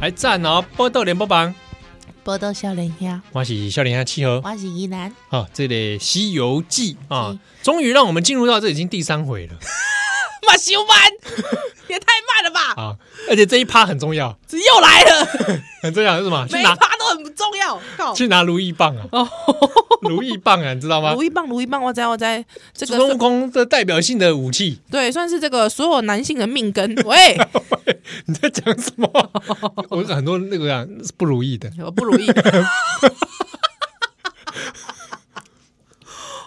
还赞哦，波豆联播榜，报道少年兄，我是笑脸下七和我是宜兰，啊，这里《西游记》啊，终于让我们进入到这已经第三回了 马修班 也太慢了吧，啊，而且这一趴很重要，这又来 了，很重要是什么？去每一拿趴都很重要，靠，去拿如意棒啊，哦， 如意棒啊，你知道吗如？意棒，如意棒，我在我在这个孙悟空的代表性的武器，对，算是这个所有男性的命根。喂，你在讲什 么？我很多那个啊是不如意的，我不如意。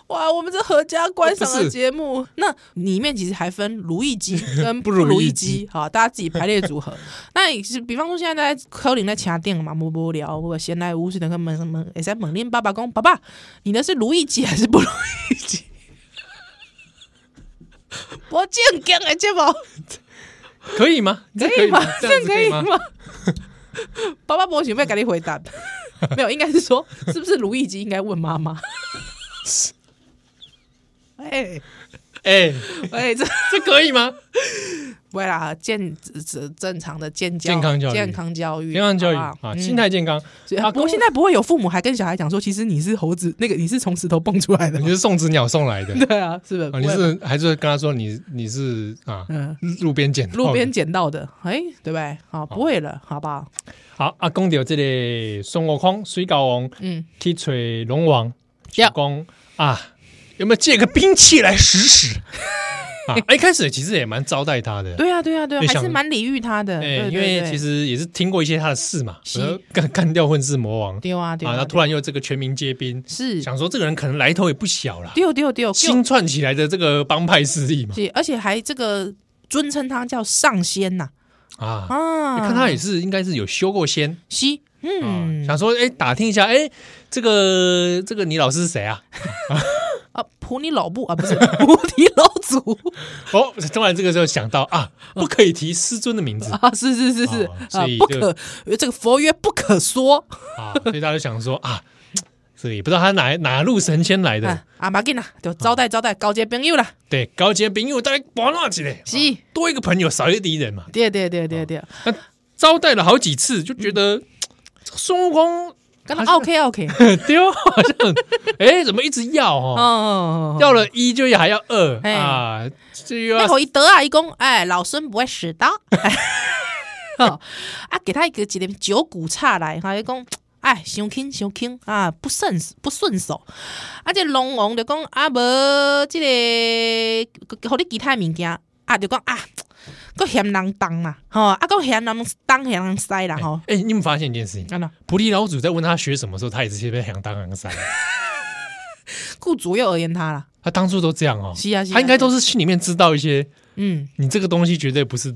哇，我们这合家观赏不的是节目，那里面其实还分如意 鸡跟不不如意如意鸡鸡，好，大家自己排列组 合。那也是，比方说现在在柯林在卡店嘛，摸摸聊，或者闲来无事的跟猛猛，也在猛练爸爸公爸爸，你的是如意鸡还是不如意 鸡？我哎健康的节目。可以吗？这可以吗？这这样样子可可以以吗？吗？ 爸爸博行不要赶紧回 答，没有，应该是说是不是卢易吉应该问妈妈？ 哎哎，哎，这这可以吗？啊不会啦，健正正常的健教健康教育健康教育，健康教育好不好啊，心态健康所以啊不过公现在不会有父母还跟小孩讲说，其实你是猴子，那个你是从石头蹦出来的 你。是送子鸟送来的对啊，是不是？啊？你不会是还是跟他说你你是啊嗯，路边捡到的哦路边捡到的，哎，对不对？好，不会了，好不好？好啊？讲到这个孙悟空、水高王嗯，去锤龙王，对想讲啊，有没有借个兵器来使使 啊？啊一开始其实也蛮招待他的，对啊，对啊，对啊也，还想是蛮礼遇他的，哎，对因为其实也是听过一些他的事嘛，比是如说干干掉混世魔王丢啊，丢啊，啊然后，突然又这个全民皆兵，是想说这个人可能来头也不小啦，丢丢丢，新串起来的这个帮派势力嘛是而且还这个尊称他叫上仙呐啊。啊！你看他也是，应该是有修过仙西，啊嗯，想说哎、打听一下，哎、这个这个你老师是谁啊？ 啊，普你老布啊，不是 菩提老祖哦，突然这个时候想到啊，不可以提师尊的名字啊，是是是是哦啊所以，不就可这个佛曰不可说啊，所以大家就想说啊，这个也不知道他哪哪路神仙来的，啊，阿玛吉呐，就招啊待招待高阶朋友啦，对，高阶朋友大家玩闹起来，是啊多一个朋友少一个敌人嘛，对对对对对，招待了好几次，就觉嗯得这个孙悟空跟他 OK OK，很丢，好像哎怎么一直要哦，哦，要了一就还要二哎啊，这又那要口一得啊，一公哎，老孙不会死 的。哎哦啊，给他一个一个九股叉来，他就讲，哎，伤轻伤轻啊，不顺不顺手。啊，这龙王就讲啊，无这个，互你其他物件啊，就讲啊，个嫌人当啦，吼、啊个嫌人当嫌人塞 啦，吼、哎，你有没有发现一件事情？啊那菩提老祖在问他学什么时候，他也是这边想当行山。顾左右而言他啦，他当初都这样哦，是啊是啊他应该都是心里面知道一些，嗯，你这个东西绝对不是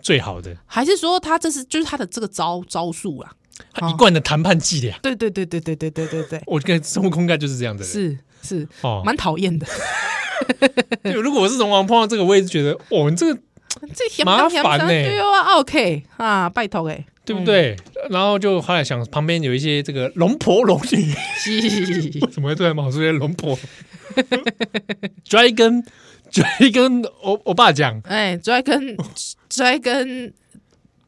最好的，还是说他这是就是他的这个招招数啦，他一贯的谈判伎俩。对对对对对对对对对，我跟孙悟空应该就是这样的人，是是，哦。蛮讨厌的。 对如果我是龙王碰到这个，我也是觉得，哦，你这个这嫌麻三嫌烦欸三呢对啊，OK 啊，拜托哎，对不对？然后就后来想，旁边有一些这个龙婆龙女，是为什么会突然跑出些龙婆 ？Dragon Dragon 欧欧巴讲 哎，主要跟主要跟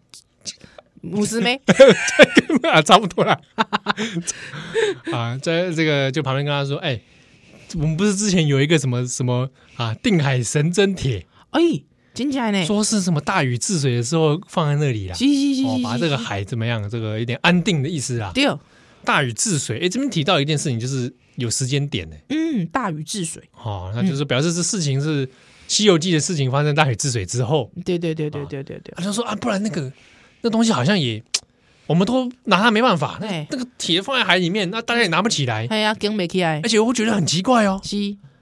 母师妹 啊，差不多啦。啊，在这个就旁边跟他说，哎、我们不是之前有一个什么什么啊定海神针铁， 哎，真假呢？说是什么大禹治水的时候放在那里啦是，是是哦，把是这是，个海怎么样，这个有点安定的意思啦。啊对，大禹治水，哎、这边提到一件事情，就是有时间点呢、嗯，大禹治水，哦，那就是表示这事情是《西游记》的事情发生大禹治水之后，对对对对对对对，他就说啊，不然那个那东西好像也，我们都拿它没办法，那哎那个铁放在海里面，那大家也拿不起来，哎呀，跟没起来而，且我觉得很奇怪哦，是，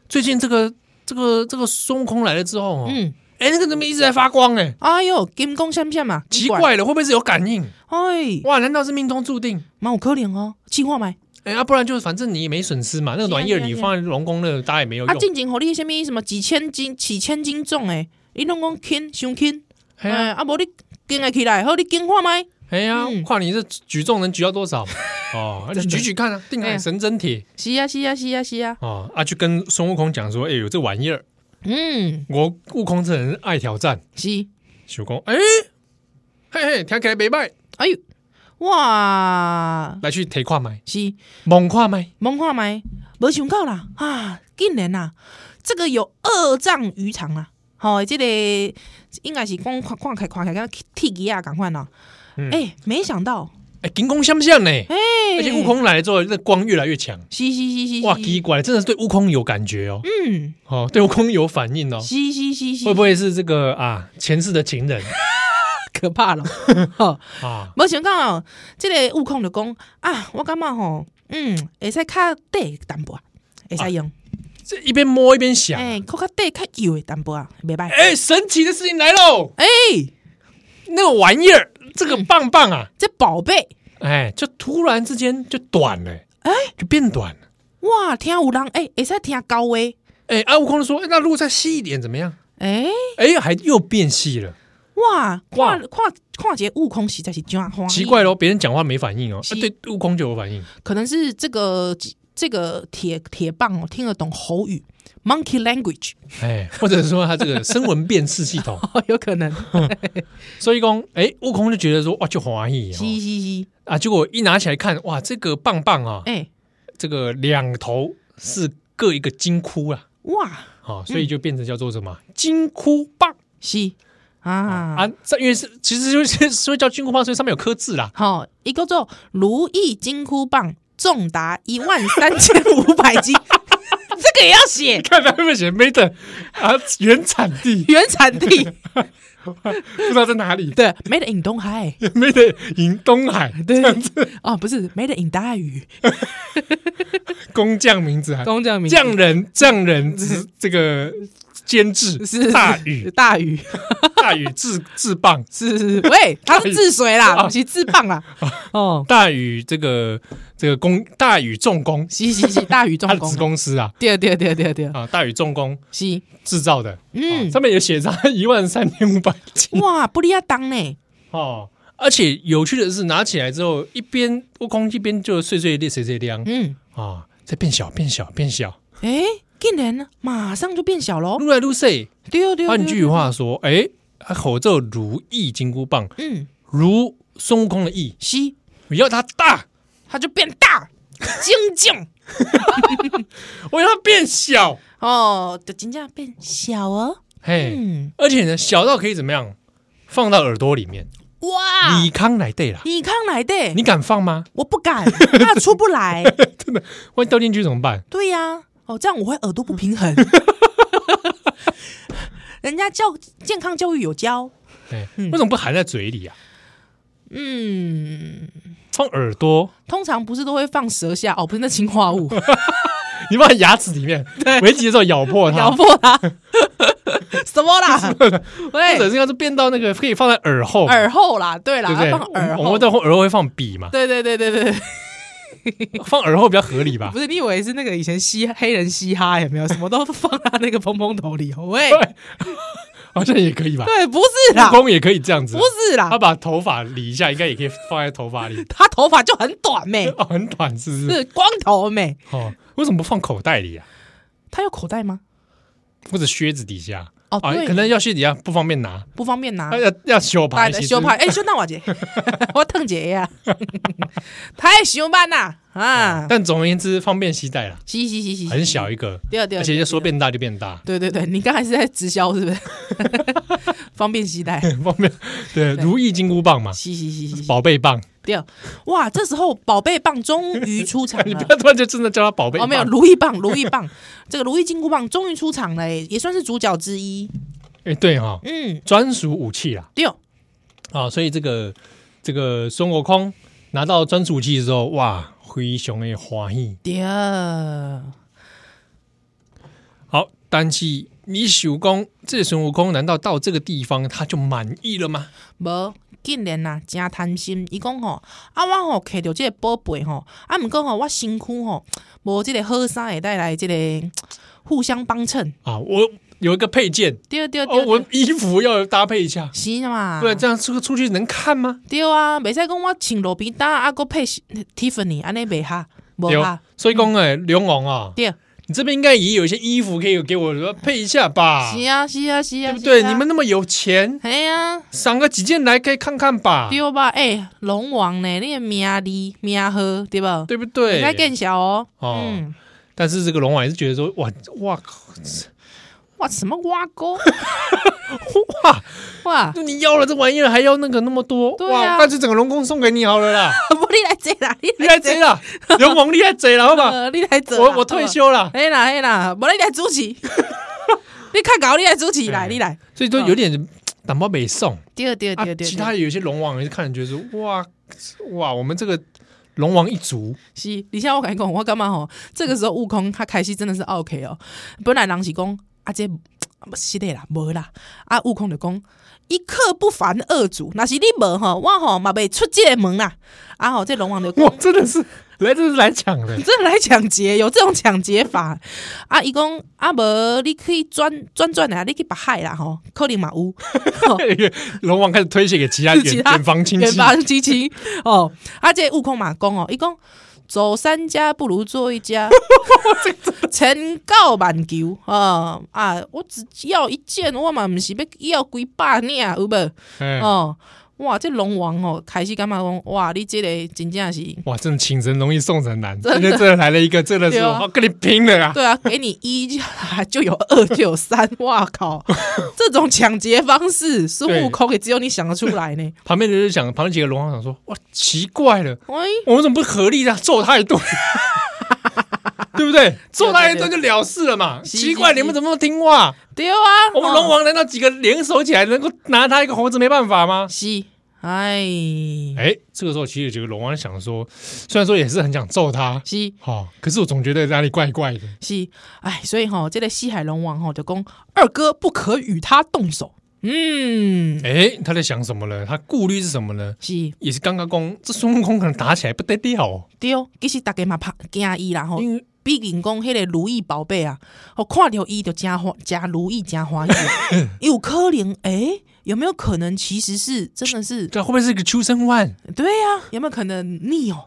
最近这个这个这个孙悟空来了之后哦，嗯，哎、那个怎么一直在发光哎，哎呦，金光闪闪嘛，奇，怪了，会不会是有感应？哎，哇，难道是命中注定？蛮有可能哦，计划买哎、啊，不然就是反正你也没损失嘛，那个暖叶是啊是啊你是啊放在龙宫那，大家也没有啊，用。进前互你什么什么几千斤、几千斤重诶，你拢讲轻伤轻，哎呀哎，啊，无你跟会起来，好，你跟看麦。哎呀，嗯看你是举重能举到 多少哦，就举举看啊，定哎海呀神针铁是啊，是啊，是啊，是啊。哦啊，就跟孙悟空讲说，哎、有这玩意儿，嗯，我悟空这人爱挑战，是小公哎，嘿嘿，挑起来没败哎呦，哇，来去提看麦，是猛看麦，蒙看麦，没想到啦啊，竟然啦，这个有二丈渔场啦，吼、这个应该是讲看看开看开跟铁啊吉亚赶快啦，哎、嗯没想到，哎，金光相像呢，哎、而且悟空来了之后，那光越来越强，是，是是是是，哇，奇怪，真的是对悟空有感觉哦，嗯，哦，对悟空有反应哦，是是是是，会不会是这个啊前世的情人可怕了？吼啊？ 无想到哦，即、个悟空就讲啊，我感觉吼，嗯，会使较短淡薄啊，会使用，这一边摸一边想，哎、较较短较幼的淡薄啊，袂歹。哎，神奇的事情来喽！哎、那个玩意儿，这个棒棒啊，这宝贝哎，就突然之间就短了，哎，就变短了。哇，听有人哎，会、使听高诶，哎，啊，悟空就说，哎那如果再细一点怎么样？哎、哎，还又变细了，哇，哇看看看这个悟空实在是真欢喜奇怪，咯，别人讲话没反应哦，啊哎是对悟空就有反应，可能是这个这个铁铁棒哦，听得懂猴语 （monkey language），哎，或者说他这个声纹辨识系统， 哦，有可能，所以讲，哎，悟空就觉得说，哇，就怀疑嘻哦，嘻嘻，啊，结果一拿起来看，哇，这个棒棒啊，哎、这个两头是各一个金箍啊，哇，啊，所以就变成叫做什么嗯金箍棒是啊啊，这因为是其实就是所以叫金箍棒，所以上面有刻字啦。 好、一个做如意金箍棒，重达一万三千五百 斤，这个也要写看他会不会写 made 啊，原产地 原产地，不知道在哪里 对，Made in 东海， ，made 迎东海对，哦，不是 Made in 大宇，工匠名字还啊工匠名匠人匠人之这个监制是大禹大宇大禹制制棒是是是，喂，他是治水啦，大禹不是治棒啦，哦，大禹这个这个工大禹重工是是是，大禹重他的工子，公司啊对对对对对，啊大禹重工是，制造的，嗯啊，上面有写着 一万三千五百斤哇，不利亚当呢，哦。而且有趣的是，拿起来之后，一边悟空一边就碎碎裂、碎碎亮嗯，啊，在变小、变小、变小，哎，竟然马上就变小喽，撸来撸去。哦对对换句对，话说，哎，啊口咒如意金箍棒，嗯，如孙悟空的意，是。我要它大，它就变大，精进我要它变小，哦，就真正变小哦。嘿，嗯，而且呢，小到可以怎么样，放到耳朵里面，哇，李你康来对啦，你看来的，你敢放吗？我不敢，怕出不来。万一掉进去怎么办？对呀、哦，这样我会耳朵不平衡。嗯 人家教健康教育有教，哎，为什么不含在嘴里啊？嗯，放耳朵，通常不是都会放舌下哦，不是那氰化 物你放在牙齿里面，危急的时候咬破它，咬破 它，什么啦？或者喂，是要是变到那个可以放在耳后，耳后啦，对啦，对不对？要放耳我们我后们，到耳后会放笔嘛，对对对对对。放耳后比较合理吧 不？是，你以为是那个以前嘻黑人嘻哈有没有？什么都放在那个蓬蓬头里？喂，对好像也可以吧？对，不是啦故，宫也可以这样子啊不，是他啦，，把头发理一下，应该也可以放在头发里 他头发就很短妹，哦，很短是不是？是光头妹。哦，为什么不放口袋里啊？他有口袋吗？或者靴子底下？哦，啊，对，可能要靴底下不方便拿，不方便拿啊。要要修牌大，的修派，哎，修那 我姐， 我邓姐呀，太修班啦啊！但总而言之，方便携带啦，嘻嘻嘻嘻，很小一个，对啊，对啊对啊，而且就说对啊变大就变 大，对对对，你刚才是在直销是 不是？方便携带，方便对，如意金箍棒嘛，嘻嘻嘻嘻嘻，宝贝棒，对啊，哇，这时候宝贝棒终于出场你 了不。要突然就真的叫他宝贝哦，棒，没有如意棒，如意棒，这个如意金箍棒终于出场了、欸，也算是主角之一。哎，对哈，嗯，专属武器啦，对哦，啊，所以这个这个孙悟空拿到专属武器的时候，哇，灰熊的欢喜。对哦，好，但是你想讲，这孙悟空难道到这个地方他就满意了吗？无竟然呐，真贪心。伊讲吼，啊，我吼摕着即个宝贝吼，啊，毋过吼，我身躯吼无即个好衫会带来即、个互相帮衬。啊，我有一个配件，对对哦，对我对，衣服要搭配一下，是嘛？对，这样出出去能看吗？对啊，袂使讲我穿路边搭啊，个配 Tiffany 安尼袂合，无对合。所以讲诶，龙王啊，对，你这边应该也有一些衣服可以给我说配一下吧，是啊是啊是对啊，不对？是啊你们那么有钱，哎呀，赏个几件来可以看看吧，对吧？哎，龙王呢？你的名字名号对吧？对不你对？在更小哦。哦嗯，但是这个龙王也是觉得说，哇哇靠，哇，什么挖沟 哇，哇？就你要了这玩意儿，还要那个那么多，对哇，啊干脆整个龙宫送给你好了 啦，不，你来这啦，你厉害贼了， 龙王厉害贼了，好 吧？呃，你来这啦。我我退休了，嘿啦嘿啦，无你来主 持，你较搞，你来主持哎来，你来。所以都有点胆包北宋对对啊对。对，其他有些龙王也是看人觉得说，哇哇，我们这个龙王一族，是，你像我跟你讲，我感觉吼，这个时候悟空他开始真的是 OK 哦。本来人是讲啊这不是的啦，无啦，啊悟空就讲一刻不凡二主，若是你无吼，我吼嘛袂出这个门啦。啊吼，这龙王就讲哇，真的是来这是来抢的你， 真的来抢劫，有这种抢劫法啊！伊讲啊，无你可以转转转啊，你去北海啦吼，可能嘛有。吼 龙王开始推卸给其他远其他远房亲远戚，方亲戚 哦，啊，这悟空嘛讲哦，伊讲走三家不如做 一家，成告万求啊啊！我只要一件，我嘛毋是要要几百领有无？哎哦，哇，这龙王哦，开始感觉讲哇，你这个真正是哇，真的请神容易送神难，真今的天真的来了一个，真的是啊对啊我跟你拼了 啊！对啊，给你一就有二，就有三，哇 靠！这种抢劫方式，孙悟空也只有你想得出来呢。旁边的人就想，旁边几个龙王想说，哇，奇怪了，喂，我们怎么不合力啊？揍他一 顿，对不啊对？揍他一顿就了事了嘛。是奇怪，是你们怎么那么听话？对啊，我们龙哦王难道几个联手起来能够拿他一个猴子没办法吗？是，哎，哎，这个时候其实有几个龙王想说，虽然说也是很想揍他，是好、可是我总觉得哪里怪怪的。是，哎，所以吼、这个西海龙王吼、就讲二哥不可与他动手。嗯，哎，他在想什么呢？他顾虑是什么呢？是也是刚刚公，这孙悟空可能打起来不得了、哦，对，其实大家嘛怕惊伊啦吼。因为毕竟讲迄个如意宝贝啊，我看到伊就加欢，加如意加欢 喜，有可能诶、有没有可能其实是真的是这会不会是一个秋生 万对呀、有没有可能 Neo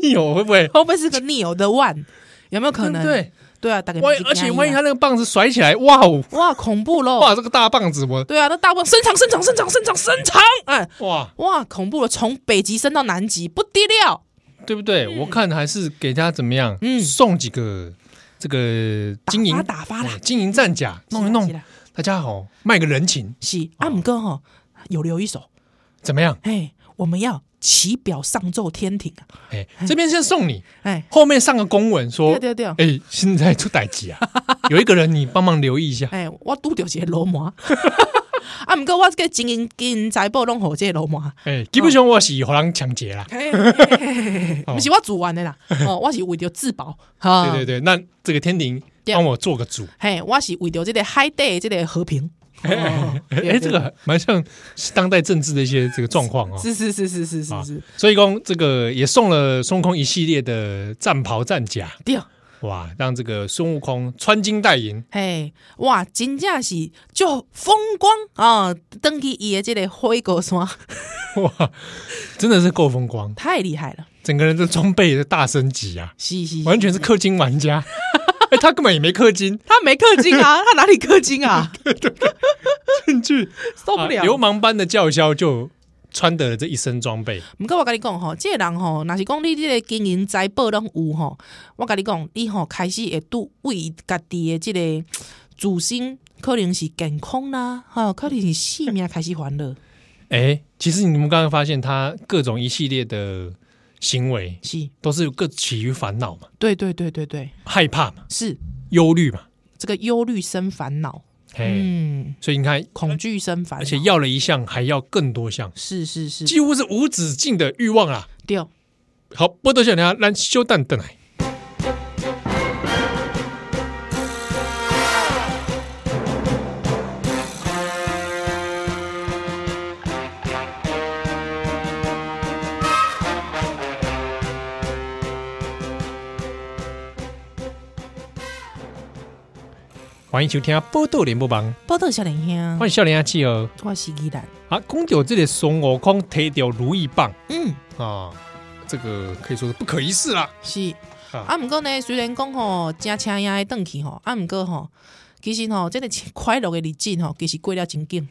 逆友会不会？会不会是个 Neo 的 One？有没有可对不能？嗯对？对啊，大概万一而且万一他那个棒子甩起来，哇哦，哇恐怖喽！哇，这个大棒子我对啊，那大部分伸长伸长伸长伸长伸长，哎哇，哇恐怖了，从北极伸到南极不低调。对不对？我看还是给他怎么样？嗯，嗯送几个这个金银打发打发嗯啦哎金银战甲弄一是弄啦，大家好卖个人情，是啊，姆哥哈有留一手，怎么样？哎，我们要起表上奏天庭啊，哎，这边先送你，哎，后面上个公文说对，啊对对。哎，现在出歹机啊，有一个人你帮忙留意一下。哎、我拄着一个流 氓，啊，毋过我这个金银金银财宝拢互这个流氓，哎，基本上我是互人抢劫啦。嘿嘿 嘿嘿嘿毋是我做完的啦，哦，我是为着自保，哈对对对，那这个天庭哦对帮我做个主。嘿，我是为着这个海底的这个和平。哦对 哎，这个蛮像当代政治的一些这个状况哦。是是是是是啊是是，所以公这个也送了孙悟空一系列的战袍战甲，对，哇，让这个孙悟空穿金戴银，嘿，哇，真正是就风光啊！登去伊的这个火锅山哇，真的是够风光，太厉害了，整个人的装备的大升级啊，是是，完全是氪金玩家。 哎、他根本也没氪 金他没氪金 啊，他哪里氪金啊？进去，受不了啊，流氓般的叫嚣就穿得了这一身装备，毋过我甲你讲吼，即、个人吼，若是讲你即个经营财报拢有吼，我甲你讲，你吼开始会拄为家己的即个自身，可能是健康啦，吼，可能是性命开始烦 恼，哎、其实你们刚刚发现他各种一系列的行为是，都是各起于烦恼嘛，对对对对对，害怕嘛，是忧虑嘛，这个忧虑生烦恼，哎、嗯，所以你看，恐惧生烦恼，而且要了一项还要更多项，是是是，几乎是无止境的欲望啊。对，好，波多小娘，咱休蛋等来。欢迎收听《波多联播榜报道少年》，欢兄，迎少年阿七哦。我是伊兰，啊，讲到这个孙悟空提着如意棒嗯，啊，这个可以说是不可一世啦。是，啊，毋过呢，虽然讲吼，真轻盈的转去吼，啊，毋过吼，其实吼，即个快乐的日子吼，其实过了真紧。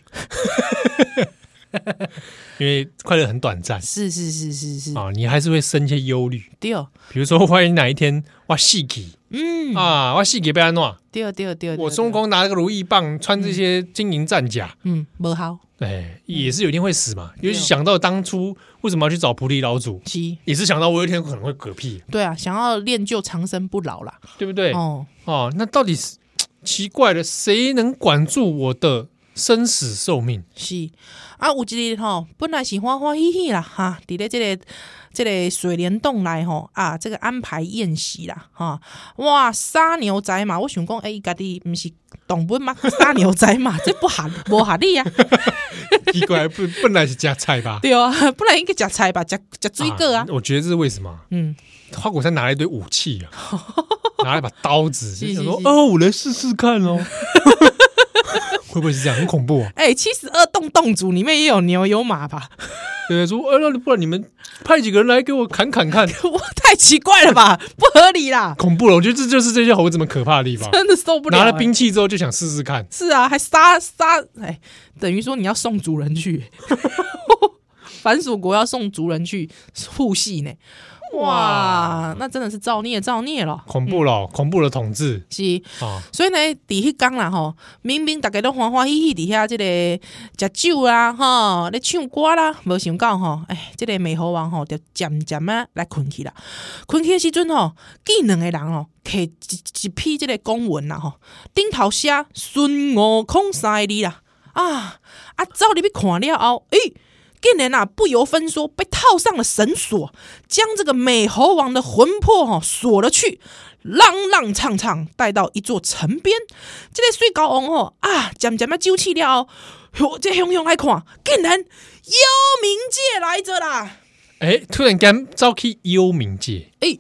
因为快乐很短暂是是是是是，啊，你还是会生一些忧虑，对比如说万一哪一天 哇细体嗯，啊，哇细体被安诺，对对对，对我中，对宫拿了个如意棒，穿这些金银战甲，嗯，无效，哎，也是有一天会死嘛。嗯尤其想到当初为什么要去找菩提老祖，是，也是想到我有一天可能会嗝屁，对啊，想要练就长生不老啦。对不对？哦，哦，那到底是奇怪了，谁能管住我的生死寿 命？是啊，有一日吼，本来是欢欢喜喜啦，哈、伫咧即个即、个水帘洞内吼啊，这个安排宴席啦，哈、哇，杀牛仔嘛，我想讲，欸诶、伊家己毋是动 物嘛，杀牛仔嘛，这不合无合理啊，奇怪，不本来是加菜吧？对啊， 本来应该食菜吧，食食水果啊，我觉得这是为什么？嗯，花果山拿了一堆武器 啊，拿了一把刀子，是就想说是，是哦，我来试试看哦， 会不会是这样？很恐怖啊！诶、欸七十二洞洞主里面也有牛有马吧，对，说，呃，那不然你们派几个人来给我砍砍看， 我太奇怪了吧，不合理啦， 恐怖了！我觉得这就是这些猴子们可怕的地方。真的 受不了、啊拿了欸兵器之后就想试试看，是啊，还杀杀，哎，等于说你要送主人去， 反蜀国要送族人去护系呢，哇，那真的是造孽造孽了，恐怖了，恐怖的统治是，啊！所以呢，伫迄工啦吼，明明大家都欢欢喜喜伫遐，即个食酒啦，吼，咧唱歌啦，无想到吼，哎，即、个美猴王吼，就渐渐啊来困去啦，困去的时阵吼，见两个人吼，摕一一篇即个公文啦吼，顶头写孙悟空三个字啦，啊啊，走入去看了后，诶、竟然啊不由分说被套上了绳索，将这个美猴王的魂魄哈、锁了去，浪浪唱唱带到一座城边。这个水高王吼、啊，渐渐啊酒气了后，哟，这雄雄来看，竟然幽冥界来着啦！哎，突然间招起幽冥界，哎、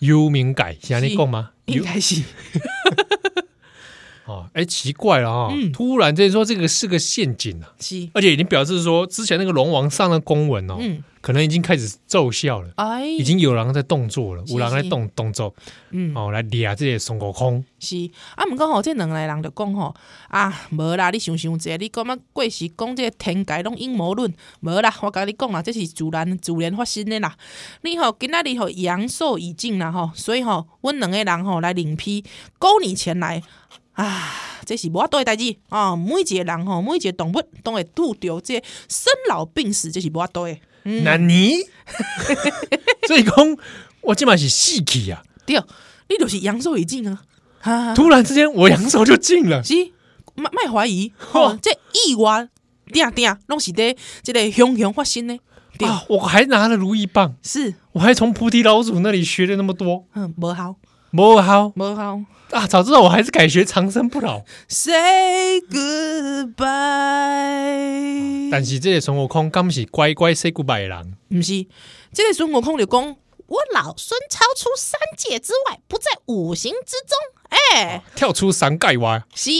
幽冥改，想你是哎讲吗？应该是哦，哎，奇怪了哈、嗯突然间说这个是个陷阱啊，是，而且已经表示说之前那个龙王上的公文哦，嗯，可能已经开始奏效了，哎，已经有人在动作了，是有人在动动作，嗯哦，来掠这些孙悟空，是啊，毋过吼，这两个人就讲吼，啊，无啦，你想想者，你感觉过时讲这个天界拢阴谋论，无啦，我甲你讲啦，这是自然自然发生的啦。你吼今仔日吼阳寿已尽啦吼，所以吼，阮两个人吼来另批勾你前来啊，这是无法度的代志啊。每一个人吼，每一个动物都会拄着这生老病死，这是无法度的。那你，嗯 所以讲我今晚是戏气啊，对，你就是阳寿已尽啊。啊突然之间我扬手就进了，是，莫莫怀疑，吼、哦这意外定定拢是伫即个熊熊发生的，对，啊，我还拿了如意棒，是，我还从菩提老祖那里学了那么多，嗯，无效，不好无效。啊，早知道我还是改学长生不老。 Say goodbye，但是这个孙悟空刚是乖乖 say goodbye 的人，毋是，这个孙悟空就讲，我老孙超出三界之外，不在五行之中，哎、跳出山盖哇，是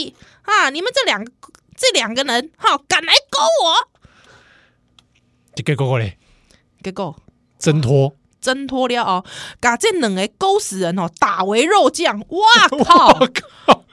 啊，你们这两个这两个人，哈、敢来勾我，这个哥哥嘞结果。挣脱，挣脱了哦，把这两个勾死人哦，打为肉酱，哇靠！我靠，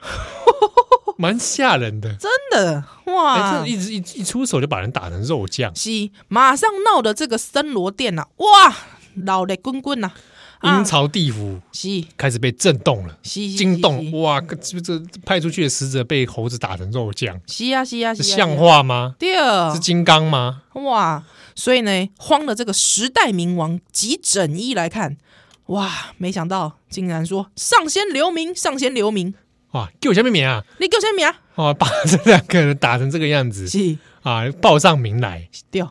蛮吓人 的。真的哎，哇这！一直一一出手就把人打成肉酱，是马上闹的这个森罗殿呐、啊，哇，老的滚滚呐、啊，阴曹地府是开始被震动了，是是惊是动哇！这这派出去的使者被猴子打成肉酱，是啊是啊是是啊，哦像话吗？对是金刚吗？哇！所以呢，慌的这个十代冥王及整衣来看，哇，没想到竟然说上仙留名，上仙留名，哇！给我下面名啊！你给我啥名？哇， 把这两个人打成这个样子是啊！报上名来，对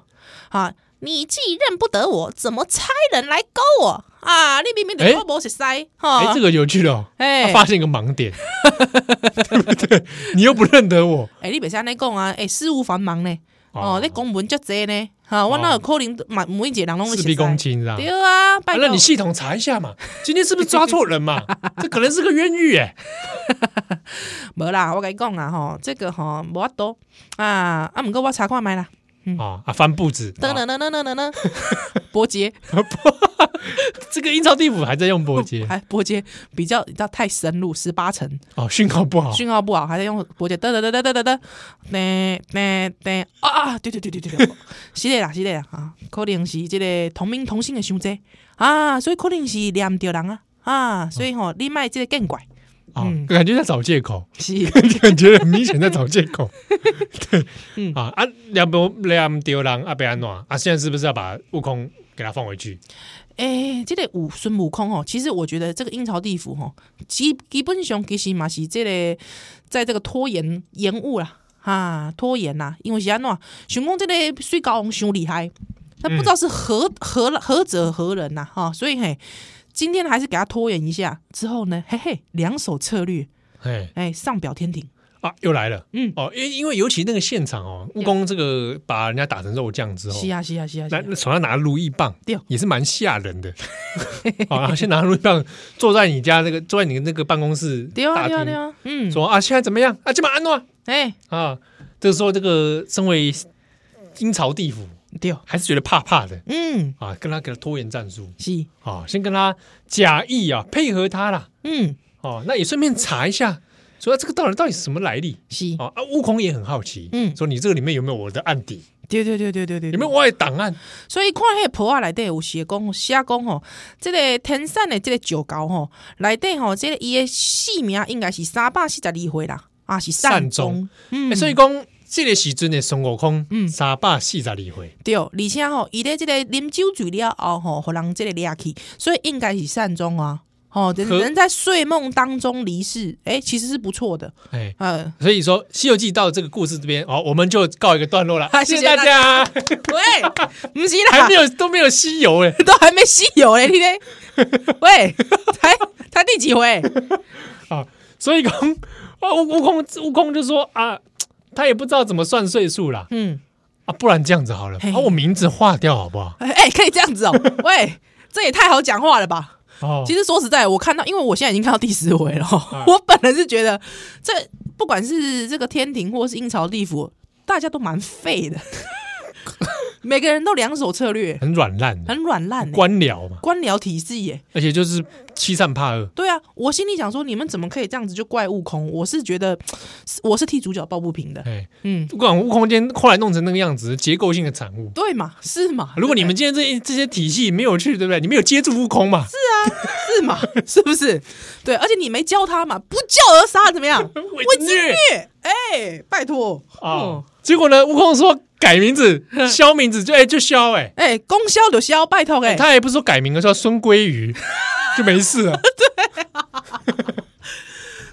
啊，你既认不得我，怎么差人来勾我啊？你明明哎就我无识塞哈，哎，这个有趣了哦。哎、他发现一个盲点， 对不对？你又不认得我，诶、你袂使安尼讲啊！诶、事务繁忙呢，哦哦，你公文遮济呢，哈、我哪有可能每每一个人拢会事必熟躬悉亲，是吧？对啊，拜啊托、那你系统查一下嘛，今天是不是抓错人 嘛？这可能是个冤狱哎！无啦，我甲你讲啊，吼，这个吼无法度啊，啊，毋过我查看觅啦，啊啊，翻步子， 噔噔噔噔噔噔噔，伯杰，这个阴曹地府还在用波 接还哎波接比较你知道太深入，十八层哦，讯号不好，讯号不好，还在用波接噔噔噔噔噔噔噔噔噔噔啊！对对对对对对，是的啦是的啦啊，可能是这个同名同姓的伤济啊，所以可能是念着人啊啊，所以吼、你卖这个见怪啊、嗯感觉在找借 口，是感觉很明显在找借 口。嗯对，啊啊，两波两丢狼啊，被安暖啊，现在是不是要把悟空给他放回去？诶、这个武孙悟空吼，哦其实我觉得这个阴曹地府吼，基基本上其实嘛是这个在这个拖延延误啦，哈、拖延啦，因为是安怎样，想讲这个水高王伤厉害，他不知道是何、何何者何人呐、哈、所以嘿，今天还是给他拖延一下，之后呢，嘿嘿，两手策略，哎哎、上表天庭，啊，又来了，嗯哦，因因为尤其那个现场哦，悟空这个把人家打成肉酱之后是，啊是啊是啊是哦那啊，那手上拿如意棒对，也是蛮吓人的。 好，然后先拿如意棒坐在你家那个坐在你的那个办公室对啊大对啊对厅，啊，嗯，说啊现在怎么样啊？今晚安诺哎、啊，这个时候这个身为阴曹地府，对，还是觉得怕怕的嗯啊，跟他给他拖延战术是，啊，先跟他假意啊配合他啦，嗯哦，那也顺便查一下，说啊这个到底到底是什么来历是，啊？啊，悟空也很好奇，嗯说你这个里面有没有我的案底，对对对对对对，有没有我的档案？所以看迄个婆仔内底有写讲写讲吼，即、个天山的即个石猴吼，内底吼，即、个伊的姓名应该是三百四十二岁啦，啊是善善终终，嗯，欸所以讲这个时阵的孙悟空，嗯，三百四十二岁，对，而且吼，伊咧即个啉酒醉了后吼，互人即个掠去，所以应该是善终啊。哦，人可人在睡梦当中离世，哎、其实是不错的。哎。 呃，所以说，《西游记》到这个故事这边，哦，我们就告一个段落了。啊谢 谢谢谢大家，喂，不是 还啦没，有都没有西游哎，都还没吸油嘞，你 咧？喂，才才第几回？所以讲， 啊，悟悟空悟空就说啊，他也不知道怎么算岁数啦，嗯，啊，不然这样子好了，嘿把、我名字划掉好不好？哎、哎可以这样子哦、喂，这也太好讲话了吧？哦，其实说实在，我看到，因为我现在已经看到第十回了哦、啊 我本人是觉得，这不管是这个天庭或是阴曹地府，大家都蛮 废的，每个人都两手策略，很软烂的很软烂、欸，官僚嘛，官僚体系耶、而且就是欺善怕恶，对啊，我心里想说，你们怎么可以这样子就怪悟空？我是觉得，我是替主角抱不平的。哎，嗯，不管悟空今天后来弄成那个样子，结构性的产物。对嘛，是嘛？ 如果你们今天这这些体系没有去，对不对？你没有接触悟空嘛？ 是嘛，是不是？对，而且你没教他嘛，不教而杀怎 么样？伪我之虐虐，哎、拜托啊哦，！结果呢，悟空说改名 字，消名字就哎就消哎，哎、公消就消，拜托哎、他也不是说改名了，叫孙鲑 鱼，就没事了。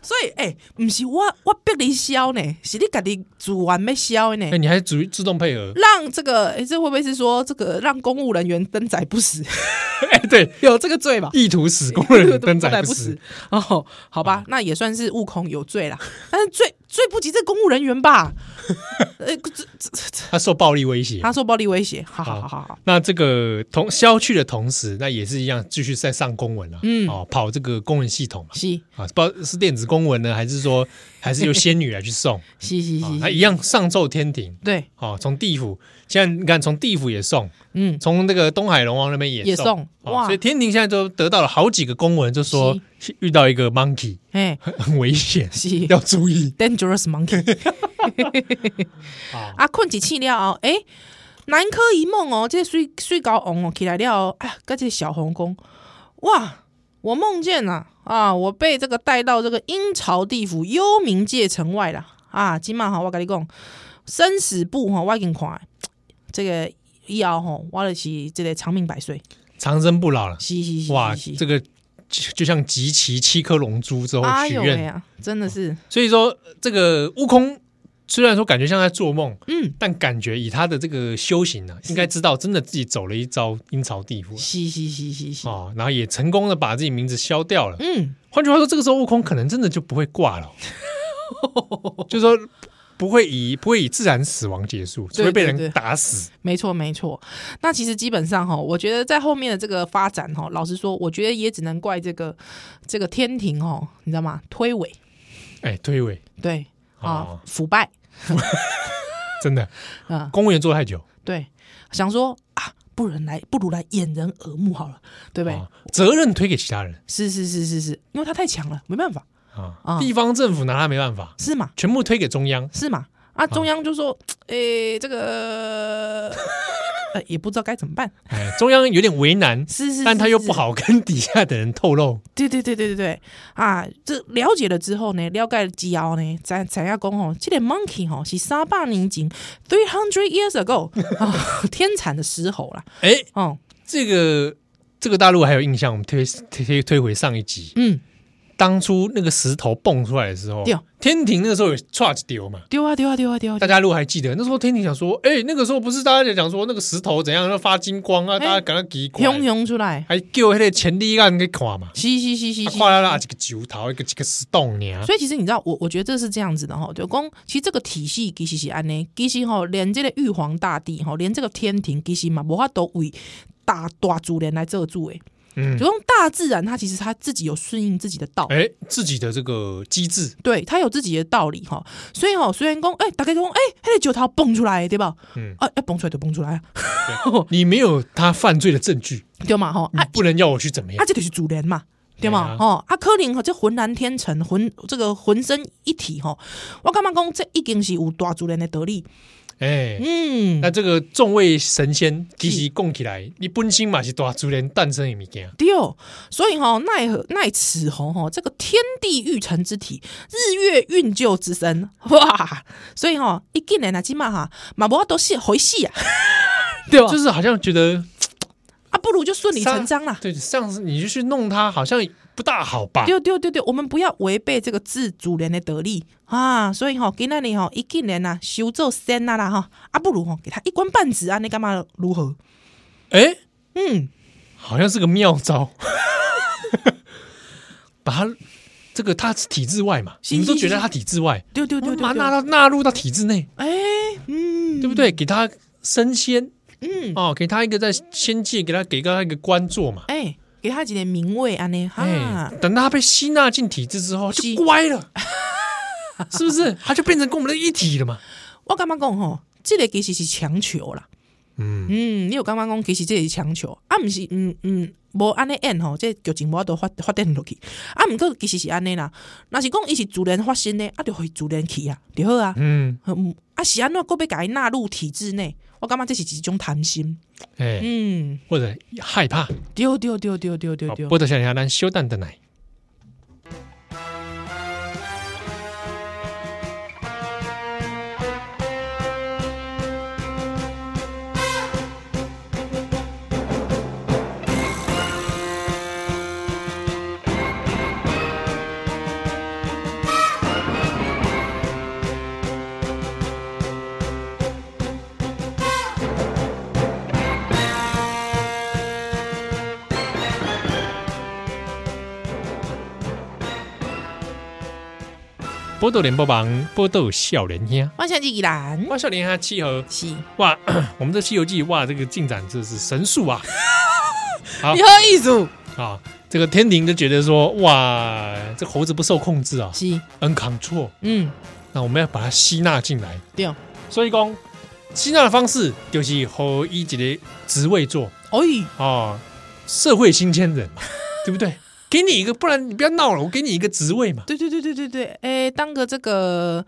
所以哎，不是我我逼你消呢，是你自己煮完没消的呢，哎，。你还自自动配合让这个，哎、这会不会是说这个让公务人员登载不死 哎，对，有这个罪吧？意图使工 人登载不不死死，嗯哦，好吧，那也算是悟空有罪啦，但是罪罪不及这公务人 员吧？呃、这这这他受暴力威胁。他受暴力威胁，好好好好好，那这个同消去的同时，那也是一样继续在上公文了、嗯哦，跑这个公文系统嘛，是啊，不知道是电子公文呢，还是说还是由仙女来去 送，是是啊是，他是一样上奏天庭，对，哦，从地府，现在你看从地府也送，嗯，从那个东海龙王那边也也送送，哦哇所以天庭现在都得到了好几个公文，就说遇到一个 monkey 哎，很很危险，是要注意 dangerous monkey 啊，啊，困一醒了后，诶、南柯一梦哦，这水水高王哦起来了哦，哎呀，跟这小红公，哇，我梦见了啊，我被这个带到这个阴曹地府幽冥界城外啦啊，今晚哈，我跟你讲，生死簿哈，我已经看了，这个以后吼，我就是这个长命百岁，长生不老了，是是是哇，是这个就就像集齐七颗龙珠之后哎许呦愿喂。啊，真的是，所以说，这个悟空虽然说感觉像在做梦，嗯，但感觉以他的这个修行呢、应该知道真的自己走了一遭阴曹地府是是是是是，哦，然后也成功的把自己名字消掉了。嗯。换句话说，这个时候悟空可能真的就不会挂 了，就说不会以不会以自然死亡结束，除对非被对对人打死。没错，没错。那其实基本上哈，我觉得在后面的这个发展哈，老实说，我觉得也只能怪这个这个天庭哦，你知道吗？推诿，哎，推诿对啊，哦腐败，真的嗯，公务员做太久，对，想说啊，不能来，不如来掩人耳目好了，对不对？啊责任推给其他人是是是是是，因为他太强了，没办法，啊啊，地方政府拿他没办法，是嘛全部推给中央。是嘛？啊，中央就说，诶、这个 呃也不知道该怎么办，哎，中央有点为难，是是但他又是不好跟底下的人透露。对对对对对对啊！这了解了之后呢，了解了之后呢，咱咱要讲吼，这个 monkey 吼是三百年前 three hundred years ago 啊、 天产的石猴啦。哎，哦，这个这个大陆还有印象，我们推推推推回上一集，嗯，当初那个石头蹦出来的时候对，天庭那个时候有 charge 丢嘛。丢啊丢啊丢啊丢啊！大家如果还记得，那时候天庭想说，哎、那个时候不是大家在讲说那个石头怎样要发金光啊，哎大家赶快给过汹涌出来，还叫那个前力案给看嘛，嘻嘻嘻嘻啊嘻。看了啦一个石头，一个一个石洞呢，所以其实你知道，我我觉得这是这样子的哈，就讲其实这个体系其实是安呢，其实吼连这个玉皇大帝吼，连这个天庭其实嘛，无法都为大大自然来做主诶。嗯就用大自然，它其实它自己有顺应自己的道。哎、自己的这个机制，对他有自己的道理哈，所以哈，虽然讲，哎、大概讲，哎、那个石头蹦出来，对吧？嗯啊，要蹦出来就蹦出来啊，你没有他犯罪的证据，对嘛哈，你啊不能要我去怎么样啊，，这就是主人嘛，对嗯对啊嘛哦，啊，柯林和这浑然天成，浑这个浑身一体哈，我干嘛讲这已经是有大主人的道理，哎、嗯那，这个众位神仙其实供起来，你本身嘛是大自然诞生的物件，对，所以哈、奈何奈此吼吼，这个天地育成之体，日月运就之身，哇，所以哈、一进来那起码哈，马博都是回戏啊，对哦吧？就是好像觉得啊，不如就顺理成章啦。对，上次你就去弄它，好像不大好吧？啊对对对对，我们不要违背这个自主人的得利啊！所以吼、今天你吼、一进人呐，修做仙啊啦哈，啊不如吼、给他一官半职啊，你干嘛如何？哎、嗯，好像是个妙招， 把它这个它是体制外嘛，是你们都是觉得是它体制外，对对对把它对纳对，到纳入到体制内，哎，嗯，对不？对？给它升迁嗯，哦，给它一个在仙界，给它给它一个官做嘛。哎，给他一个名位啊呢，哈，哎，等到它被吸纳进体制之后，它是就乖了， 是不是？它就变成跟我们的一体了嘛？我干嘛讲吼？这个其实是强求啦。嗯，嗯，你有感觉讲，其实这是强求啊，毋是，嗯嗯，无安尼演吼，这剧情无法度发发展落去啊，毋过其实是安尼啦，若是讲伊是自然发生的，啊，就互伊自然去啊，就好啊，嗯，嗯，啊是安怎个要甲伊纳入体制内，我感觉这是一种贪心，哎，嗯，或者害怕，对对对对对对对，波啊特小鸟蛋修蛋的奶。波豆联播榜，波豆笑人兄，我想起依然哇，笑人兄契合 是，你哇， 我们的《西游记》哇，这个进展真是神速啊！好好意思，啊，这个天庭就觉得说，哇，这猴子不受控制啊是， ，n control，嗯，那我们要把它吸纳进来。对，哎，所以讲，吸纳的方式就是和一级的职位做哎啊，社会新鲜人嘛，对不对？给你一个，不然你不要闹了，我给你一个职位嘛。对对对对对对，哎，当个这个，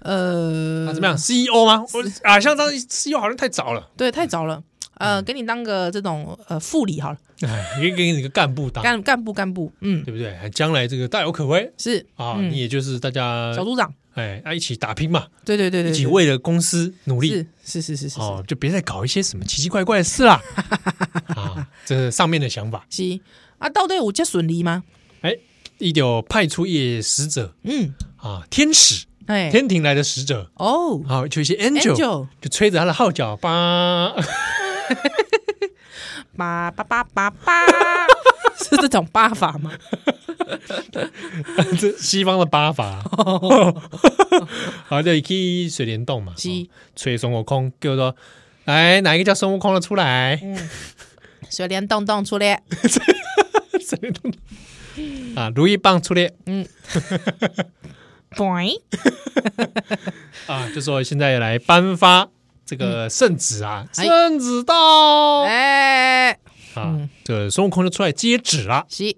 呃，啊，怎么样？CEO 吗？我啊，像当 CEO 好像太早了，对，太早了。呃，给你当个这种呃副理好了，哎，也给你一个干部当，干干部干部，嗯，对不对？将来这个大有可为是啊，嗯你也就是大家小组长，哎，啊一起打拼嘛，对对对对，一对起为了公司努力是是是是是哦，就别再搞一些什么奇奇怪怪的事 啦。啊，这是上面的想法，是是啊，到底有这顺利吗？哎，一有派出一些使者嗯，啊，天使，哎，天庭来的使者，哦啊，就一些 angel， ，Angel，就吹着他的号角，吧，叭叭叭叭 叭，是这种八法吗？ 这西方的八 法，好，就去水帘洞嘛，是哦吹孙悟空，就说。来，哪一个叫孙悟空的出来？嗯水帘洞洞出来， 水帘洞啊，如意棒出来， boing，啊，就说现在来颁发这这个圣旨啊，嗯哎圣旨到哎，啊，这孙悟空就出来接旨了。是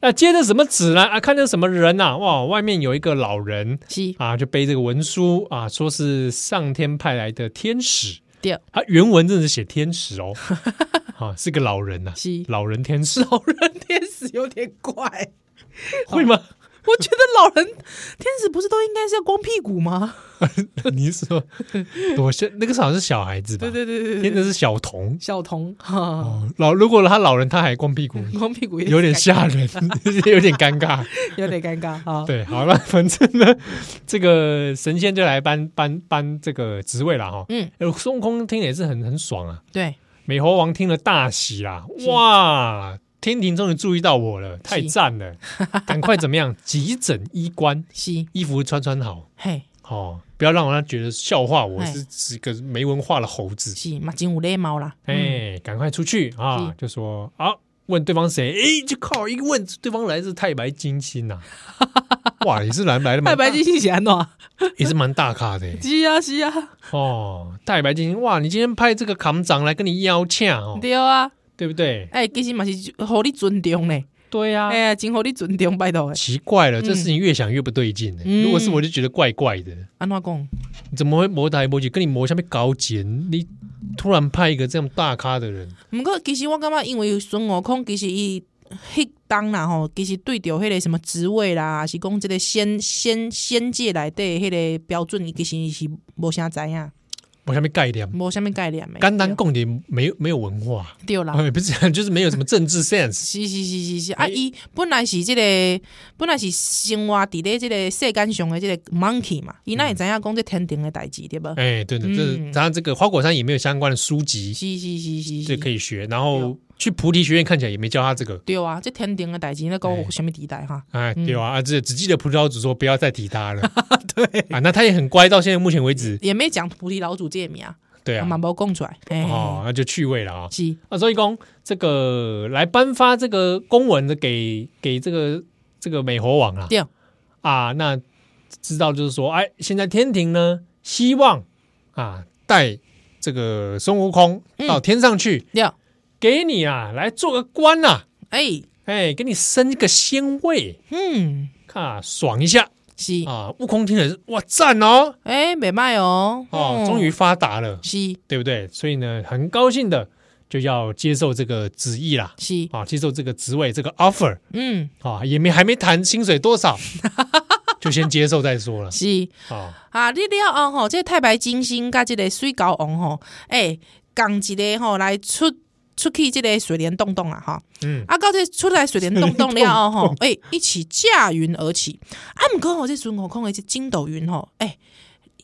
那接着什么旨呢？啊，看见什么人呐、哇，外面有一个老人是，啊，就背这个文书啊，说是上天派来的天使。对，他原文真的是写天使 哦，啊，是个老人呐、是老人天使，哦老人天使有点怪，会吗？ 我觉得老人天使不是都应该是要光屁股吗？你是说，我现那个好像是小孩子吧？对对对对天对，的是小童小童哈，哦，老如果他老人他还光屁股，光屁股有点吓 人，有点尴尬。有点尴尬哈。对，好了，反正呢，这个神仙就来搬搬搬这个职位了哈。嗯，哎孙悟空听了也是很很爽啊，对，美猴王听了大喜啦，哇！天庭终于注意到我了，太赞 了！赶快怎么样，急诊衣冠，是衣服穿穿好嘿哦，不要让人家觉得笑话我哎是是个没文化的猴子。是嘛，真有礼貌啦。嗯，哎，赶快出去啊是！就说啊，问对方谁？哎，就靠一问对方来自太白金星啊呐、 哇，也是来来的蛮太白金星是安怎？也是蛮大咖的是啊是啊， 哦。太白金星，哇，你今天派这个扛长来跟你邀请哦，对啊。对不对？哎，其实嘛是互你尊重嘞，对呀、哎呀，真互你尊重，拜托诶。奇怪了，嗯这事情越想越不对劲呢、嗯如果是我就觉得怪怪的，安怎讲？你怎么会磨台磨去跟你磨下面高简？你突然派一个这样大咖的人，毋过其实我感觉，因为孙悟空其实伊迄当啦吼，其实对着迄个什么职位啦，还是讲即个仙仙仙界内底迄个标准，伊其实伊是无啥知影，磨下面概念，无啥物概念的。干单共点没有没有文化，对对啦，哎， 不是，就是没有什么政治 sense。是是是是是，啊，哎伊本来是即、个，本来是生活伫咧即个世间上的即个 monkey 嘛，伊哪会知影讲这天顶的代志对无？哎，对的，这嗯他这个花果山也没有相关的书籍，是是是是这是，可以以学。然后去菩提学院看起来也没教他这个，对啊，这天顶的代志那个有啥物地带哈？哎，对啊，啊，这只记得葡萄主说不要再提他 了，对啊，那他也很乖，到现在目前为止，也没讲菩提老祖这个名，哎对啊嘛，无讲出来。嘿嘿嘿哦，那就趣味了啊。是啊，所以公这个来颁发这个公文的给给这个这个美猴王啊，对啊，那知道就是说，哎，现在天庭呢希望啊带这个孙悟空嗯到天上去，对，给你啊来做个官呐、啊，哎，哎，给你升个仙位，嗯，看、啊、爽一下是，啊！悟空听了是哇赞哦，哎，袂歹哦，哦，嗯终于发达了，是对不对？所以呢，很高兴的就要接受这个旨意啦，是，啊，接受这个职位这个 offer 嗯，啊，也没还没谈薪水多 少，就先接受再说了是。啊。啊，你了后吼，这太白金星甲即个水猴王吼，诶、共一个吼来出出去即个水帘洞洞啊吼，嗯，啊，到这出来水帘洞洞了后吼，诶、一起驾云而起。啊，毋过吼，这孙悟空的这筋斗云吼，诶、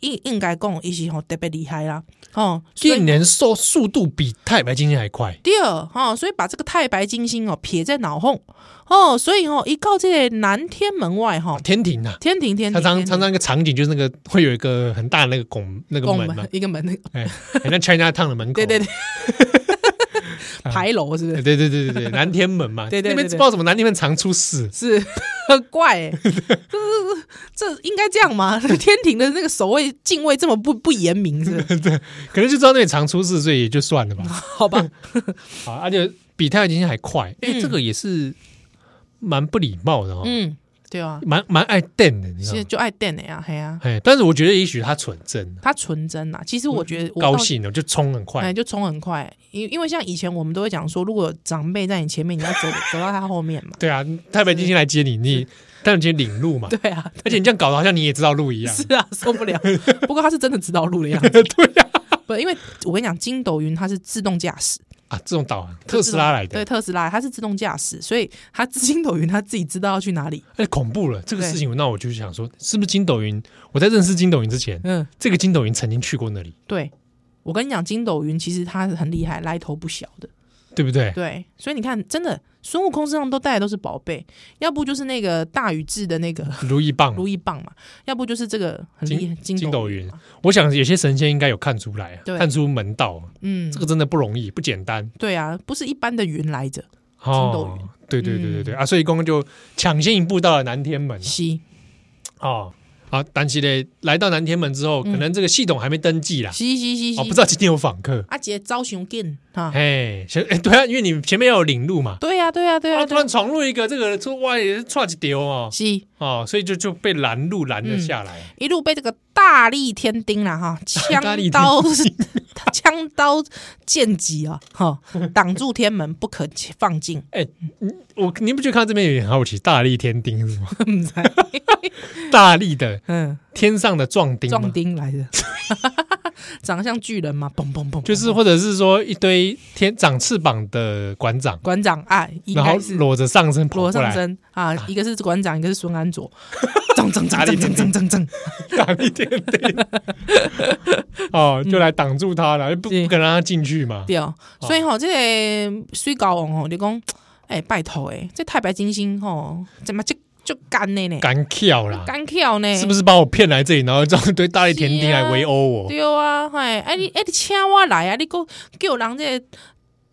应应该讲伊是吼特别厉害啦，吼，所以竟然速速度比太白金星还快，对吼，所以把这个太白金星哦撇在脑后哦，所以吼一到这个南天门外吼，天庭呐、啊。天庭天常庭，常天庭常常一个场景就是那个会有一个很大的那个拱那个拱门嘛门，一个门，哎，很像 China Town 的门口，对对对，牌楼是不是哎？对对对对对，南天门嘛， 对对对那边不知对道怎么南天门常出事，是很怪、欸，这这应该这样吗？天庭的那个守卫敬畏这么不不严明是不是可能就知道那里常出事，所以也就算了吧。 好吧？ 好，而且比太阳金星还快，哎，嗯这个也是蛮不礼貌的哦，嗯，对啊，蛮蛮爱瞪的，你知道其实吗？就爱电的呀、嘿啊，哎，但是我觉得也许他纯真，他纯真呐、其实我觉得我高到兴了就冲很哎，快，就冲很快，因因为像以前我们都会讲说，如果有长辈在你前面，你要走走到他后面嘛。对啊，太白金星来接你，你太白金星领路嘛，对啊，而且你这样搞得好像你也知道路一样，是啊，受不了。不过他是真的知道路的样子，对呀，不，因为我跟你讲，筋斗云它是自动驾驶，啊，这种导航特斯拉来对的，特斯拉，它是自动驾驶，所以它筋斗云它自己知道要去哪里。哎，恐怖了，这个对事情，那我就想说，是不是筋斗云？我在认识筋斗云之前，嗯，这个筋斗云曾经去过那里，对，我跟你讲，筋斗云其实它很厉害，来头不小的。对不对？对，所以你看，真的，孙悟空身上都带的都是宝贝，要不就是那个大禹治的那 个如意棒，如意棒嘛，要不就是这个很厉害筋筋筋斗斗云嘛我想有些神仙应该有看出来啊，对看出门道啊，嗯这，个真的不容易，不简单。对啊，不是一般的云来着，斗嗯云哦，嗯对对对对对、啊！所以公就抢先一步到了南天门西哦。啊，但是呢，来到南天门之后，嗯可能这个系统还没登记啦，是是是是，哦，不知道今天有访客，啊，姐招熊进哈，哎，先哎 对啊，因为你前面要有领路嘛，对呀对呀对啊，呀，突对啊然闯入一个这个说哇也是差一丢哦，是哦，所以就就被拦路拦了下来，一路被这个大力天丁 啦哈，大力枪天刀枪刀剑戟啊 哈，挡住天门不肯放进，我你不觉得看到这边有点好奇，大力天丁是吗？不知道 大力的 嗯，天上的壮丁嘛，壮丁来的， 长得像巨人嘛，嘣嘣嘣，就是嘣或者是说一堆天长翅膀的馆长，馆长啊，应然后该是裸着上身跑罗过上来，身啊，一个是馆长，一个是孙 安佐，铮铮大铮力铮天铮丁铮铮铮，大力天 丁，哦，就来挡住他了，不不嗯是肯让他进去嘛，对哦，所以吼，这个水高王吼，你讲，哎，拜托哎，这太白金星吼，怎么就就干的呢？敢跳啦，干跳呢？是不是把我骗来这里，然后让一堆大力天丁来围殴我？对啊，嘿，哎你哎你请我来啊，你讲叫人这个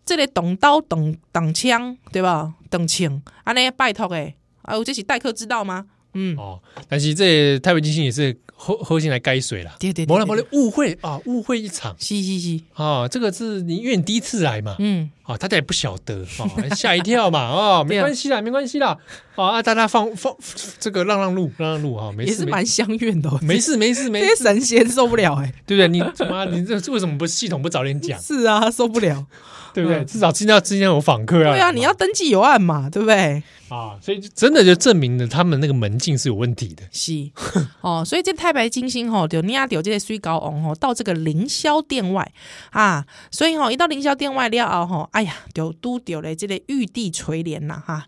这个动刀动动枪，对吧？动枪，安尼拜托诶，哎，我这是待客之道吗？嗯，哦，但是这太平金星也是喝喝进来该水啦。对对没对了没对，了，误会啊，误会一场是是是，啊！这个是你因为你第一次来嘛，嗯，啊，大家也不晓得啊， 吓一跳嘛，啊，没对啊关系啦，没关系啦，啊，大家放放这个让让路，让让路啊，没也事是没蛮相怨的哦， 没事没 事没这事，些神仙受不了哎，对不对？你他妈你这为什么不系统不早点 讲，是啊，受不了，对不对？嗯至少今天今天有访客啊，对啊，你要登记有案嘛，对不对？啊，所以就真的就证明了他们那个门禁是有问题的。是 哦，所以这太白金星吼，就领着这个水高王吼到这个凌霄殿外啊，所以吼一到凌霄殿外了后吼，哎呀，就拄着了这个玉帝垂帘呐哈，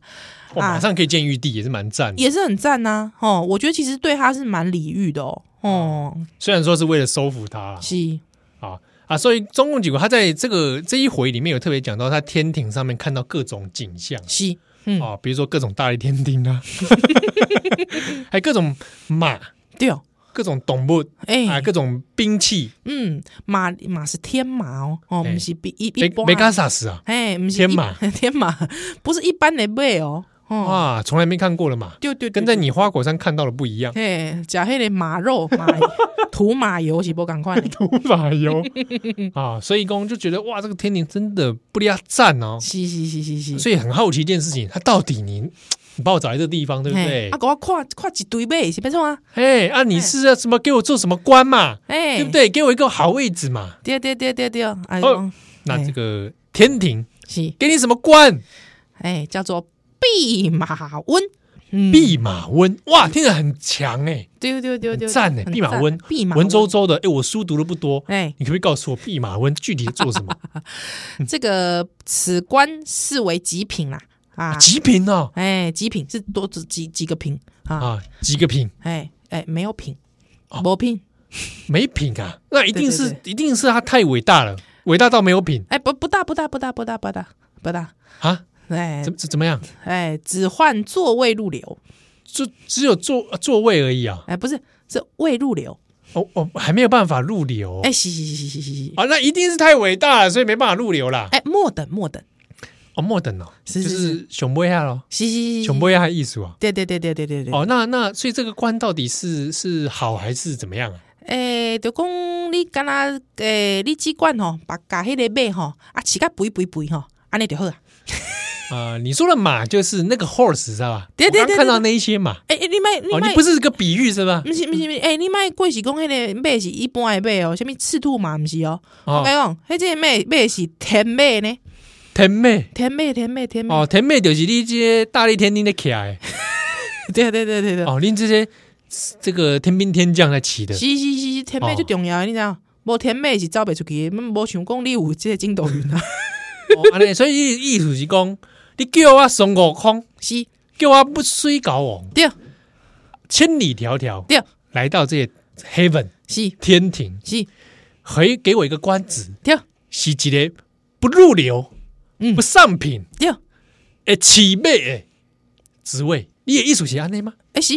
哇，啊哦马上可以见玉帝，也是蛮赞的。也是很赞呐、哦，我觉得其实对他是蛮礼遇的哦，哦，虽然说是为了收服他啦，是啊啊，所以中共几国他在这个这一回里面有特别讲到，他天庭上面看到各种景象是，嗯，啊，比如说各种大力天丁 啊，还各种马、对哦，各种动物哎、啊、各种兵器，嗯，马马是天马哦，哦，哎不是比一一没般没干啥事啊，哎，不是天一马 天马不是一般的马哦，哦，哇，啊从来没看过了嘛，对对对，跟在你花果山看到的不一 样，嘿，食迄个马肉、马 涂马油是无共款 的，土法油啊，所以公就觉得哇，这个天庭真的不离他赞哦，是是是是是。所以很好奇一件事情，他到底你你把我找来这个地方，对不嘿对啊，？给我看看一堆呗，是变创啊？哎啊，你是要什么给我做什么官嘛？哎，对不？对？给我一个好位置嘛。对对对对对，哎哦呦，那哎这个天庭是给你什么官？哎，叫做弼马温，嗯，弼马温，哇，听着很强哎，对对对对，赞哎，很弼马温，弼马文绉，绉的。哎，我书读的不多，哎，你可不可以告诉我弼马温具体做什么？嗯这个此官视为极品啦， 啊，极品哦，哎，极品是多指几几个品啊？啊，几个品？哎哎，没有品哦，没品，没品啊？那一定是对一定是他太伟大了，伟大到没有品哎，不不大不大不大不大不大不大，啊？哎怎怎怎么样？哎，只换座位入流，就只有座座位而已啊？哎，不是，是未入流。哦哦，还没有办法入流哦哎，是是是是是是，啊？那一定是太伟大了，所以没办法入流啦。哎，莫等莫等，哦，莫等哦，是嗯就是是熊波亚咯，是是是熊，波亚还艺术啊。对对对对对对对。哦，那那所以这个官到底是是好还是怎么样啊？哎，就讲你敢若哎，你只管吼，把甲迄个马吼，啊，饲甲肥肥肥吼，安尼就好啊。啊，你说的马就是那个 horse 知道吧？对对我刚对看到那一些马哎，哎你卖哦，你你卖，不是，是个比喻是吧？不是不是不是，哎，你卖贵是讲迄个马是一般的马哦，什物赤兔马毋是哦。我哦跟，你讲，迄个马马是天马呢，田妹天马天马天马。哦，田妹就是你这些大力天兵的起来对对对对对，哦，你这些这个天兵天将在起的嗯是是是是，天马哦最重要的，你知道？无天马是走袂出去的，无想讲你有即个筋斗云啊。哦，安尼所以意思是讲，你叫我孙悟空，是，叫我不水高王，对千里迢迢对，来到这些 heaven 是天庭，是，回给我一个官职，对是一个不入流、嗯不上品对，诶起码诶职位。你的意思是安尼吗？哎、是，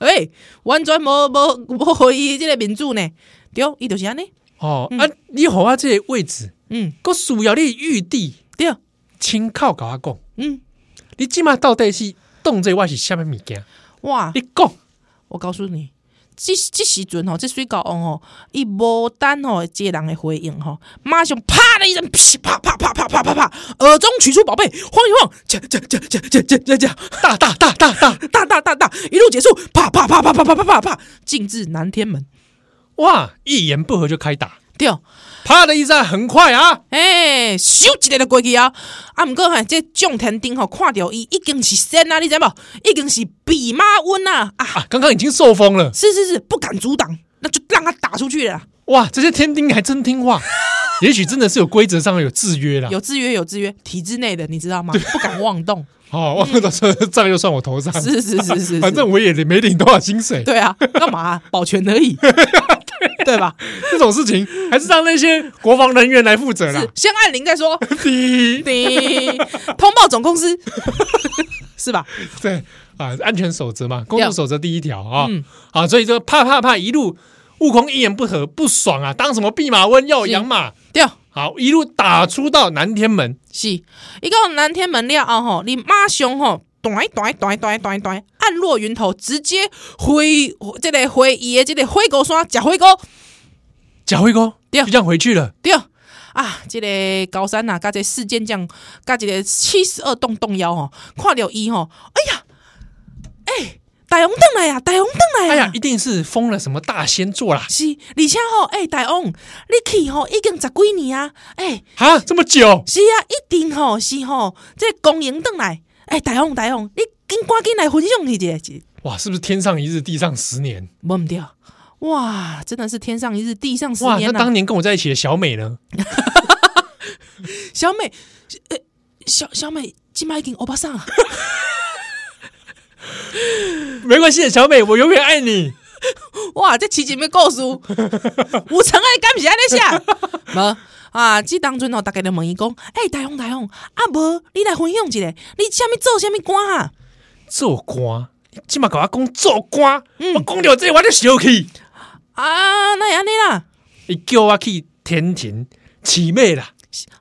哎、完全无无无互伊即个民主呢，对，伊就是安尼，哦，啊，你给我这个位置，嗯，我需要你的玉帝对，亲口甲我讲，嗯，你即马到底是当这我是什么物件？哇你讲，我告诉你，这这时阵吼，这水高翁吼，伊无等吼这个人的回应吼，马上啪的一声，噼啪啪啪啪啪啪啪，耳中取出宝贝，晃一晃，夹夹夹夹夹夹夹夹，大大大大大，大大大大，一路结束，啪啪啪啪啪啪啪啪啪，进至南天门。 哇！一言不合就开打，对，啪的一声，很快啊！哎，咻一个就过去啊！啊，毋过嘿，这将天顶吼看着伊已经是仙啊，你知无？已经是比马温啊！啊，啊，刚刚已经受封了。是是是，不敢阻挡，那就让他打出去了啦。哇，这些天丁还真听话， 也许真的是有规则上有制约啦。有制约，有制约，体制内的你知道吗？不敢妄动。哦，忘了到时候账又算我头上，嗯是是是是反是，正我也没领多少薪水。对啊，干嘛、保全而已，对吧？这种事情还是让那些国防人员来负责啦是。先按铃再说。 第一，叮，通报总公司，是吧？对啊，安全守则嘛，公路守则第一条啊嗯。啊，所以这个怕怕怕一路，悟空一言不合不爽啊，当什么弼马温要是养马，对。好一路打出到南天门。是，伊到南天门了后吼，你马上吼，短短短短短短，暗落云头，直接挥这个挥伊的这个挥狗山，食挥狗贾惠公对就这样回去了。对啊，这个高山呐、啊，甲这事件将甲这个七十二洞洞妖吼，看着伊吼，哎呀，哎、大王登来啊，大王登来哎啊，呀，一定是封了什么大仙座啦！是，而且吼，哎、大王，你去吼已经十几年啊，哎、啊，这么久，是啊，一定吼是吼，这公营登来，哎、大王大王，你紧赶紧来分享一下，一哇，是不是天上一日，地上十年？摸唔掉。哇，真的是天上一日，地上十哇，那年呐、啊当年跟我在一起的小美呢？小美，呃，小小美，今麦已经欧巴桑啊， 没关系，小美，我永远爱你。哇，这奇迹没故 事，有成爱干不是安尼写， 无啊，这当中吼，大家就问伊讲，哎、大雄大雄，啊无，你来分享一下，你啥物做啥物官啊？做官，起码搞我讲做官，嗯我讲到这我就生气，啊，那安尼啦，伊叫我去天庭起妹啦，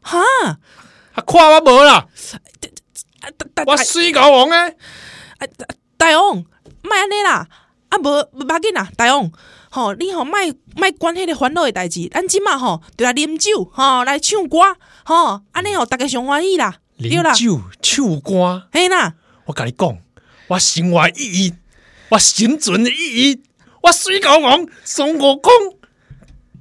哈，啊，看我无啦，啊大大我大水狗王诶，啊大大雄，莫安尼啦，啊无无要紧啦，大雄，吼、你吼莫莫管迄个烦恼的代志，咱即嘛吼就来啉酒，吼、来唱歌，吼、安尼吼逐个上欢喜啦，对啉啦，酒唱歌，嘿啦，我甲你讲，我生活的意义，我生存的意义，我水狗王孙悟空，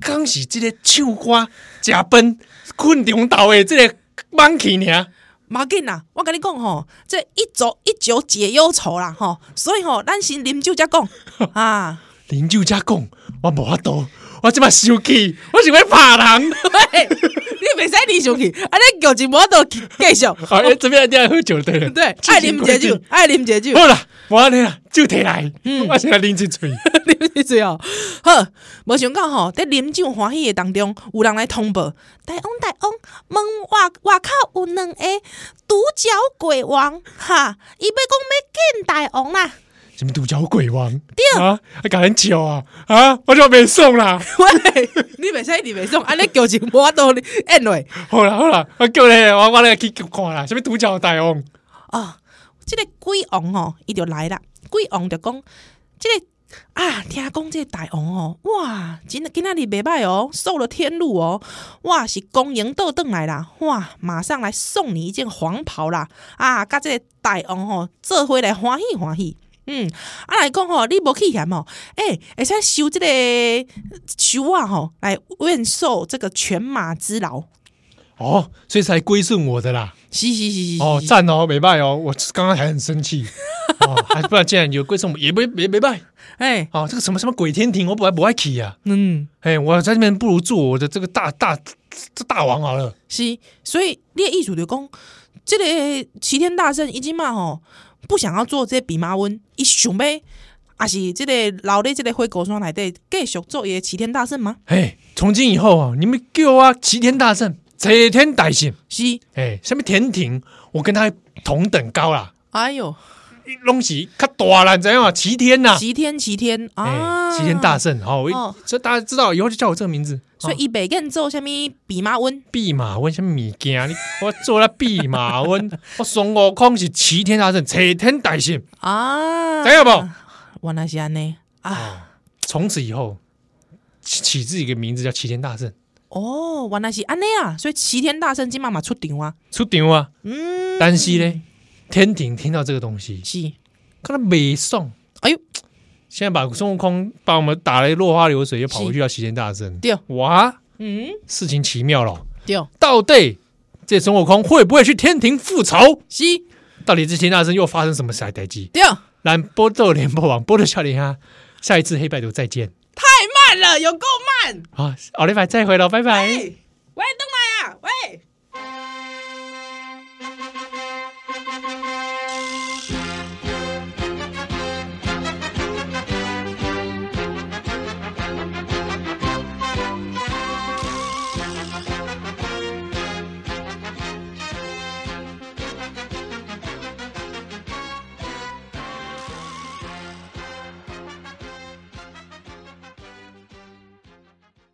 刚是即个唱歌、食饭、困中岛的即个猛去尔。无要紧啦，我甲你讲吼，这一酒一酒解忧愁啦，吼、所以吼、咱先啉酒 才讲啊。啉酒才讲，我无法度，我即摆生气，我想要拍 人。喂，你袂使你上去，安尼剧情无度继续，好，哎，这边一定要喝酒对了。对， 爱啉解酒，嗯爱啉解酒。好啦，无安尼啦，酒摕来，我想要啉一嘴。 你们是最好。好，无想到吼，哦在啉酒欢喜的当中，有人来通报，大王大王，门外外口有两个独角鬼王，哈，伊要讲要见大王啦。什么独角鬼王？对啊，还甲人笑啊啊！我就袂送啦。 喂，你袂使，你袂爽，安尼剧情无法度演落好啦好啦，我叫你，我我来去看啦。什么独角大王？啊。即、个鬼王吼，伊就来啦。鬼王就讲，即、个啊，听讲即个大王吼，哇，今今仔日袂歹哦，受了天禄哦，哇，是公营倒转来啦，哇，马上来送你一件黄袍啦，啊，甲即个大王吼，做伙来欢喜欢喜。嗯，啊来讲吼，你无去嫌吼，诶、会使收即、个收啊吼，来愿受这个犬马之劳。哦，所以才归顺我的啦。是是是是哦，是赞哦，没败哦。我刚刚还很生 气。哦，还不然既然有归顺我，也不也没败。哎、哦，这个什么什么鬼天庭，我本来不爱去呀、啊。嗯。哎、我在这边不如做我的这个大大这大王好了。是，所以你的意思就讲，这个齐天大圣伊即嘛吼，不想要做这比马温，伊想要，也是这个留咧这个灰狗山内底继续做伊的齐天大圣吗？哎、从今以后啊，你们给我啊齐天大圣，齐天大圣，是，哎、什么天庭，我跟他同等高啦，哎呦，拢是较大啦，你知道吗？齐天呐、齐天齐天啊哎、啊，齐天大，圣哦，我一哦所以大家知道以后就叫我这个名字。所以哦伊袂瘾做啥物比马温，弼马温什么物件？你我做了弼马温，我孙悟空是齐天大圣，齐天大圣，啊，哎知道不？原来是安尼啊，从此以后起起自己的名字叫齐天大圣，哦，原来是安尼啊，所以齐天大圣今妈妈出场啊，出场啊！嗯，但是呢，天庭听到这个东西，是，看他没送，哎呦，现在把孙悟空把我们打得落花流水，又跑回去要齐天大圣，对，哇，嗯，事情奇妙了，对，到底这孙悟空会不会去天庭复仇？是，到底这齐天大圣又发生什么傻呆机？对，太兰波豆联播网波的笑脸啊，下一次黑白图再见慢了，有够慢。啊！奥利拜再回了，拜拜。哎啊